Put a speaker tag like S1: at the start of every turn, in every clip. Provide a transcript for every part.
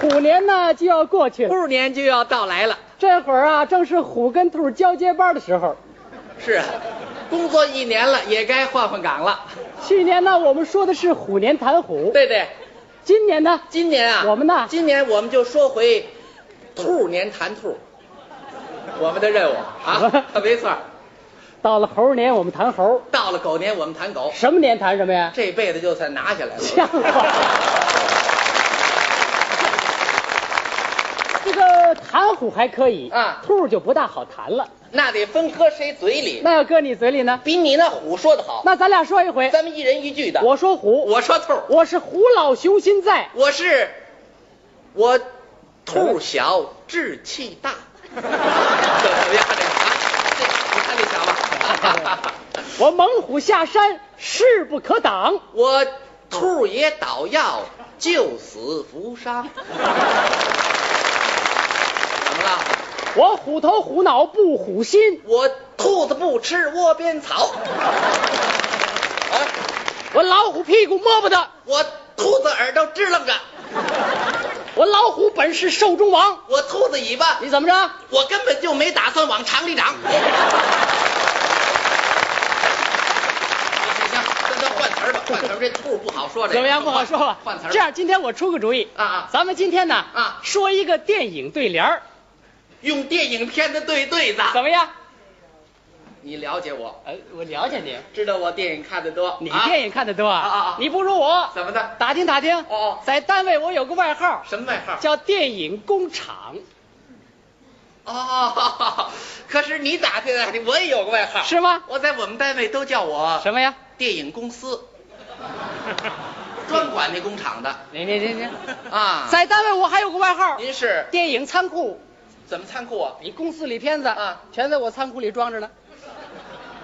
S1: 虎年呢就要过去了，
S2: 兔年就要到来了。
S1: 这会儿啊正是虎跟兔交接班的时候。
S2: 是啊，工作一年了，也该换换岗了。
S1: 去年呢我们说的是虎年谈虎，
S2: 对对，
S1: 今年呢
S2: 今年啊，
S1: 我们呢
S2: 今年我们就说回兔年谈兔，我们的任务啊，没错儿。
S1: 到了猴年我们谈猴，
S2: 到了狗年，我们谈狗，
S1: 什么年谈什么呀？
S2: 这辈子就算拿下来了。
S1: 像话。这个谈虎还可以
S2: 啊
S1: 兔就不大好谈了。
S2: 那得分搁谁嘴里，
S1: 那要搁你嘴里呢？
S2: 比你那虎说的好。
S1: 那咱俩说一回，
S2: 咱们一人一句的。
S1: 我说虎，
S2: 我说兔，
S1: 我是虎老雄心 在，
S2: 我是我兔小志气大，怎么样这个啊？这你看这小子，
S1: 我猛虎下山势不可挡。
S2: 我兔也捣药，救死扶伤。怎么了？
S1: 我虎头虎脑不虎心，
S2: 我兔子不吃窝边草。啊，
S1: 我老虎屁股摸不得，
S2: 我兔子耳朵支棱着，
S1: 我老虎本是兽中王。
S2: 我兔子尾巴
S1: 你怎么着？
S2: 我根本就没打算往厂里长。行行行，咱咱换词 儿吧，换词儿这兔不好说这个，
S1: 怎么样？不好说吧？
S2: 换词儿吧。
S1: 这样，今天我出个主意
S2: 啊啊
S1: 咱们今天呢
S2: 啊
S1: 说一个电影对联儿，
S2: 用电影片的对对子，
S1: 怎么样？
S2: 你了解啊我，
S1: 呃，我了解你，
S2: 知道我电影看的多，
S1: 你
S2: 啊
S1: 电影看的多
S2: 啊啊啊
S1: 你不如我。
S2: 怎么的？
S1: 打听打听。
S2: 哦哦啊
S1: 在单位我有个外号，
S2: 什么外号？
S1: 叫电影工厂，
S2: 哦，可是你打听打听，我也有个外号，
S1: 是吗？
S2: 我在我们单位都叫我
S1: 什么 呀？
S2: 电影公司，专管那工厂的
S1: 你你你你，
S2: 啊。
S1: 在单位我还有个外号，
S2: 您是
S1: 电影仓库。
S2: 怎么仓库啊？
S1: 你公司里片子
S2: 啊
S1: 全在我仓库里装着呢。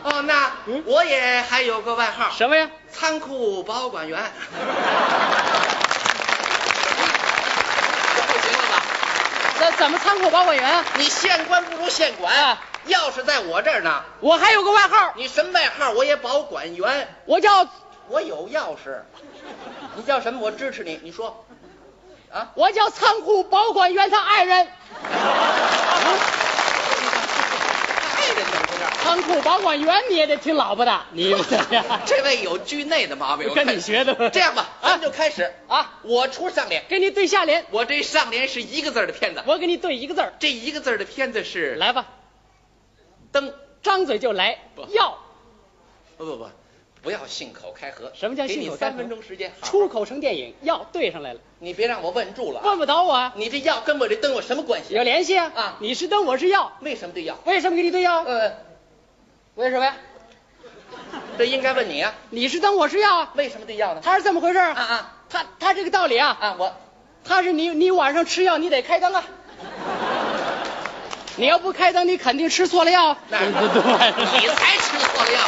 S2: 哦，那
S1: 嗯
S2: 我也还有个外号，
S1: 什么呀？
S2: 仓库保管员。不行了吧？
S1: 那怎么仓库保管员啊？
S2: 你县官不如县管，
S1: 啊
S2: 钥匙在我这儿呢。
S1: 我还有个外号，
S2: 你什么外号？我也保管员，
S1: 我叫
S2: 我有钥匙。你叫什么？我支持你。你说，啊？
S1: 我叫仓库保管员他爱 人，啊
S2: 爱人怎么回事？
S1: 仓库保管员你也得听老婆的，你怎么样？
S2: 这位有居内的毛病，我
S1: 跟
S2: 看
S1: 你学的吗
S2: 这样吧，
S1: 啊
S2: 咱们就开始。
S1: 啊，
S2: 我出上联，
S1: 给你对下联，
S2: 我这上联是一个字儿的片子，
S1: 我给你对一个字儿，
S2: 这一个字儿的片子是
S1: 来吧，
S2: 灯。
S1: 张嘴就来
S2: 不，
S1: 要
S2: 不不不，不要信口开河。
S1: 什么叫信口开河
S2: 给你三分钟时间，好，
S1: 出口成电影，要对上来了，
S2: 你别让我问住了啊。
S1: 问不倒我啊。
S2: 你这药跟我这灯有什么关系？
S1: 有联系啊！
S2: 啊
S1: 你是灯，我是药，
S2: 为什么这药？
S1: 为什么给你对药？
S2: 呃，
S1: 为什么呀？
S2: 这应该问你啊，
S1: 你是灯，我是药啊！
S2: 为什么这药呢？
S1: 他是这么回事儿
S2: 啊啊
S1: 他他这个道理啊，
S2: 啊！我
S1: 他是你你晚上吃药，你得开 灯啊。你要不开灯，你肯定吃错了药。
S2: 那
S1: 对对对
S2: 你才吃错了药，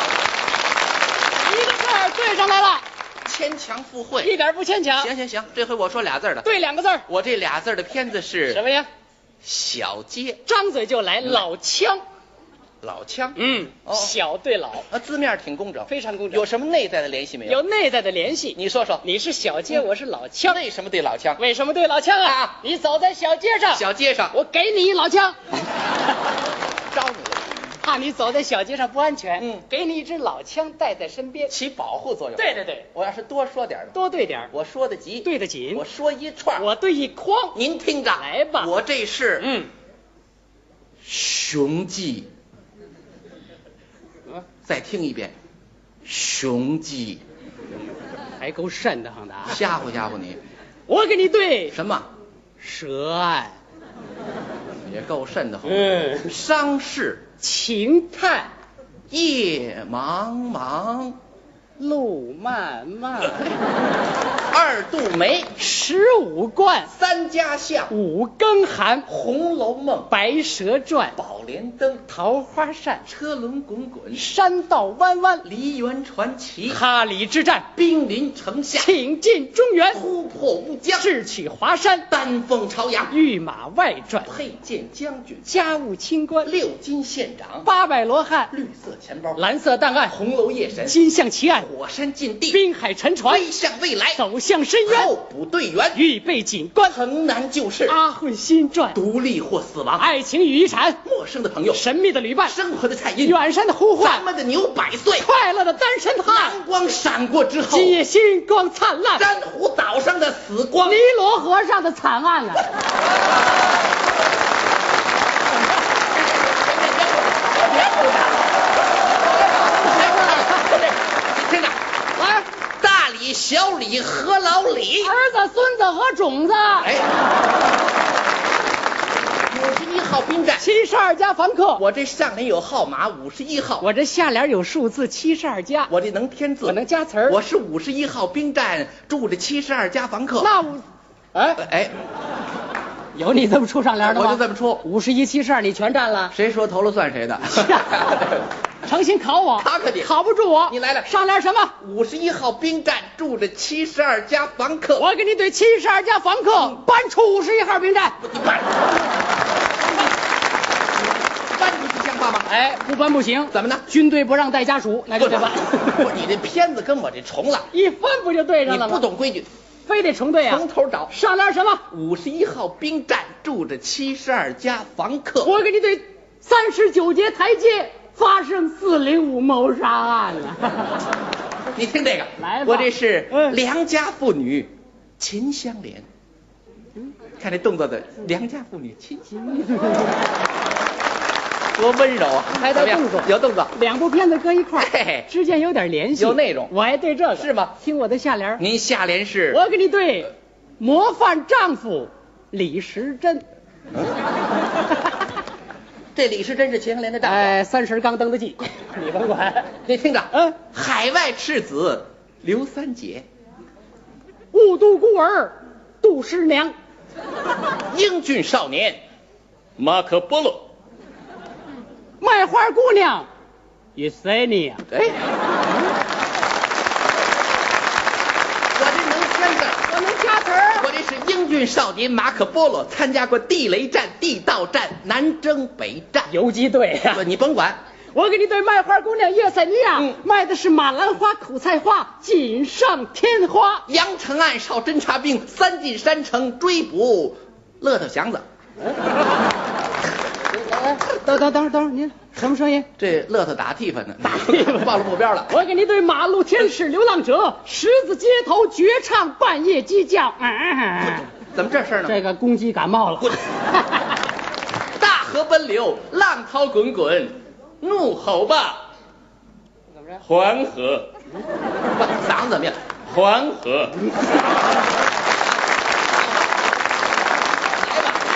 S1: 一个字儿对上来了，
S2: 牵强附
S1: 一
S2: 会。
S1: 点不牵强。
S2: 行行行，这回我说俩字儿的。
S1: 对两个字儿，
S2: 我这俩字儿的片子
S1: 什
S2: 是
S1: 么呀？
S2: 小街
S1: 张嘴就来，老腔。
S2: 老腔。
S1: 嗯
S2: 哦
S1: 小对老，
S2: 啊，字面挺工整，
S1: 非常工整
S2: 有什么内在的联系没有？
S1: 有。内在的联系。
S2: 你说说，
S1: 你是小街，我是老腔。
S2: 为什么对老腔？
S1: 为什么对老腔啊
S2: 啊？
S1: 你走在小街上，
S2: 小街上，
S1: 我给你一老枪，
S2: 招你了。
S1: 怕你走在小街上不安全，
S2: 嗯
S1: 给你一支老枪带在身边。
S2: 起保护作用。
S1: 对对对，
S2: 我要是多说点儿呢，
S1: 多对点儿，
S2: 我说得急，
S1: 对得紧
S2: 我说一串 儿，
S1: 我对一筐。
S2: 您听着，
S1: 来吧
S2: 我这是
S1: 嗯，
S2: 雄鸡，
S1: 嗯
S2: 再听一遍，雄鸡，
S1: 还够瘆得慌的啊！
S2: 吓唬吓唬你，
S1: 我给你对
S2: 什么
S1: 蛇案，
S2: 也够瘆得慌。
S1: 嗯，
S2: 伤势
S1: 情探
S2: 夜茫茫，
S1: 路漫漫，
S2: 二度梅，
S1: 十五贯
S2: 三家巷，
S1: 五更寒，
S2: 《红楼梦》，
S1: 白蛇传，
S2: 宝莲灯，
S1: 桃花扇，
S2: 车轮滚滚，
S1: 山道弯弯，
S2: 梨园传奇，
S1: 哈里之战，
S2: 兵临城下，
S1: 请进中原，
S2: 突破乌江，
S1: 智取华山。
S2: 丹凤朝阳，
S1: 御马外传，
S2: 佩剑将军，
S1: 家务清官，
S2: 六金县长，
S1: 八百罗汉，
S2: 绿色钱包，
S1: 蓝色档案，
S2: 红楼夜神，
S1: 金象奇案，
S2: 火山禁地，
S1: 滨海沉船，
S2: 飞向未来，
S1: 走向深
S2: 后
S1: 渊，
S2: 补队员，
S1: 预备紧关。
S2: 城南旧事，
S1: 阿混新传，
S2: 独立或死亡，
S1: 爱情与遗产，
S2: 陌生的朋友，
S1: 哎神秘的旅伴，
S2: 生活的菜音，
S1: 远山的呼
S2: 咱
S1: 唤，
S2: 们的牛百岁，
S1: 快乐的单身汉，
S2: 阳光闪过之后，
S1: 啊今夜星光灿烂，
S2: 珊瑚岛上的死光
S1: 尼，罗河上的惨案啊！
S2: 听着，哎
S1: 啊，
S2: 大李、小李、何老李，
S1: 儿子、孙子和种子，
S2: 哎，五十一号兵站，
S1: 七十二家房客，
S2: 我这上联有号码，五十一号，
S1: 我这下联有数字七十二家，
S2: 我这能添字，
S1: 我能加词儿。
S2: 我是五十一号兵站住着七十二家房客。
S1: 那我，哎，
S2: 哎，
S1: 有你这么出上联的
S2: 我
S1: 吗？
S2: 就这么说，
S1: 五十一七十二，你全占了。。
S2: 谁说头了算谁的
S1: 诚心考我，
S2: 考考你
S1: 考不住我。
S2: 你来了
S1: 上联什么？
S2: 五十一号兵站住着七十二家房客。
S1: 我给你对七十二家房客
S2: 嗯
S1: 搬出五十一号兵站。
S2: 你搬，搬出去像话吗？
S1: 哎，不搬不行，
S2: 怎么呢？
S1: 军队不让带家属，那就得搬。
S2: 不，你这片子跟我这重了，
S1: 一翻不就对
S2: 你
S1: 上了吗？
S2: 不，懂规矩，
S1: 非得成对啊
S2: 从。头找。
S1: 上联什么？
S2: 五十一号兵站住着七十二家房客。
S1: 我给你对三十九节台阶发生四零五谋杀 案了。
S2: 你听这个，
S1: 来吧
S2: 我这是
S1: 嗯
S2: 良家妇女秦香莲。看这动作的良家妇女秦香莲，多温柔啊！
S1: 还带
S2: 怎么样
S1: 动作
S2: 有动作。
S1: 两部片子搁一块
S2: 嘿嘿
S1: 儿，之间有点联系，
S2: 有内容
S1: 我还对这个
S2: 是吗？
S1: 听我的下联儿，
S2: 您下联是
S1: 我给你对模范丈夫李时珍。
S2: 这李时珍是秦香莲的丈夫。
S1: 哎，三十刚登的记，你甭管。
S2: 你听着，
S1: 嗯，
S2: 海外赤子刘三姐，
S1: 雾都孤儿杜十娘，
S2: 英俊少年马可波罗。
S1: 卖花姑娘与塞尼亚。
S2: 哎，我这能签字，
S1: 我能加词儿。
S2: 我这是英俊少年马可波罗，参加过地雷战、地道战、南征北战。
S1: 游击队呀、
S2: 不你甭管，
S1: 我给你对卖花姑娘叶塞尼亚、
S2: 嗯
S1: 卖的是马兰花、苦菜花、锦上添花。
S2: 阳城暗哨侦察兵三进山城追捕乐特祥子。
S1: 等等等会儿等会儿，您什么声音？
S2: 这乐特打替分呢，打
S1: 替分
S2: 暴露目标了。
S1: 我给你对马路天使、流浪者、十字街头绝唱、半夜鸡叫。嗯
S2: 怎么这事儿呢？
S1: 这个公鸡感冒了
S2: 滚。大河奔流，浪涛滚滚，怒吼吧！黄河， 嗓子怎么样？黄河，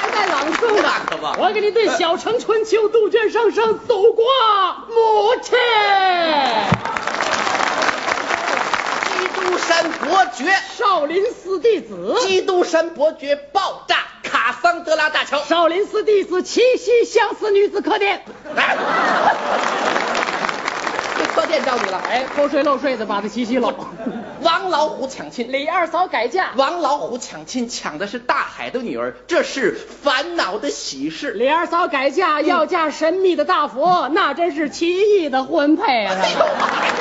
S1: 还在朗诵呢。
S2: 那可不。
S1: 我给你对小城春秋、杜鹃声声走过母亲。
S2: 基督山伯爵，
S1: 少林寺弟子，
S2: 基督山伯爵爆炸卡桑德拉大桥。
S1: 少林寺弟子七夕相思女子客店。
S2: 哎，这客店找你了。哎，
S1: 偷税漏税的把他七夕喽。
S2: 王老虎抢亲，
S1: 李二嫂改嫁，
S2: 王老虎抢亲抢的是大海的女儿，这是烦恼的喜事。
S1: 李二嫂改嫁
S2: 嗯
S1: 要嫁神秘的大佛，那真是奇异的婚配啊！
S2: 哎呦妈呀！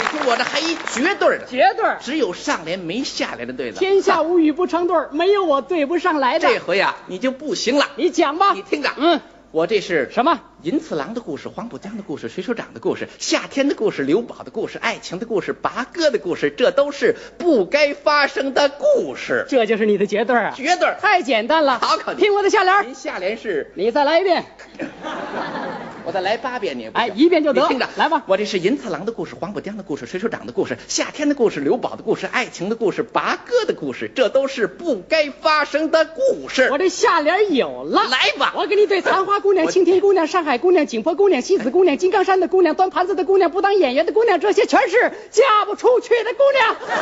S2: 你说我这还一 绝对儿的，
S1: 绝对儿，
S2: 只有上联没下联的对了。
S1: 天下无语不成对儿，没有我对不上来的。
S2: 这回啊，你就不行了。
S1: 你讲吧，
S2: 你听着，
S1: 嗯，
S2: 我这是
S1: 什么？
S2: 银次郎的故事、黄浦江的故事、水手长的故事、夏天的故事、刘宝的故事、爱情的故事、拔哥的故事，这都是不该发生的故事。
S1: 这就是你的绝对儿啊！
S2: 绝对儿。
S1: 太简单了，
S2: 考考你
S1: 听我的下联儿，
S2: 您下联是，
S1: 你再来一遍。
S2: 我再来八遍你也不
S1: 哎
S2: 行
S1: 一遍就得
S2: 你听着，
S1: 来吧
S2: 我这是银次郎的故事、黄浦江的故事、水手长的故事、夏天的故事、刘宝的故事、爱情的故事、拔哥的故事，这都是不该发生的故事。
S1: 我这下联有了，
S2: 来吧
S1: 我给你对残花姑娘、
S2: 我
S1: 青天姑娘、上海姑娘、景颇姑娘、西子姑娘、金刚山的姑娘、端盘子的姑娘、不当演员的姑娘，这些全是嫁不出去的姑娘。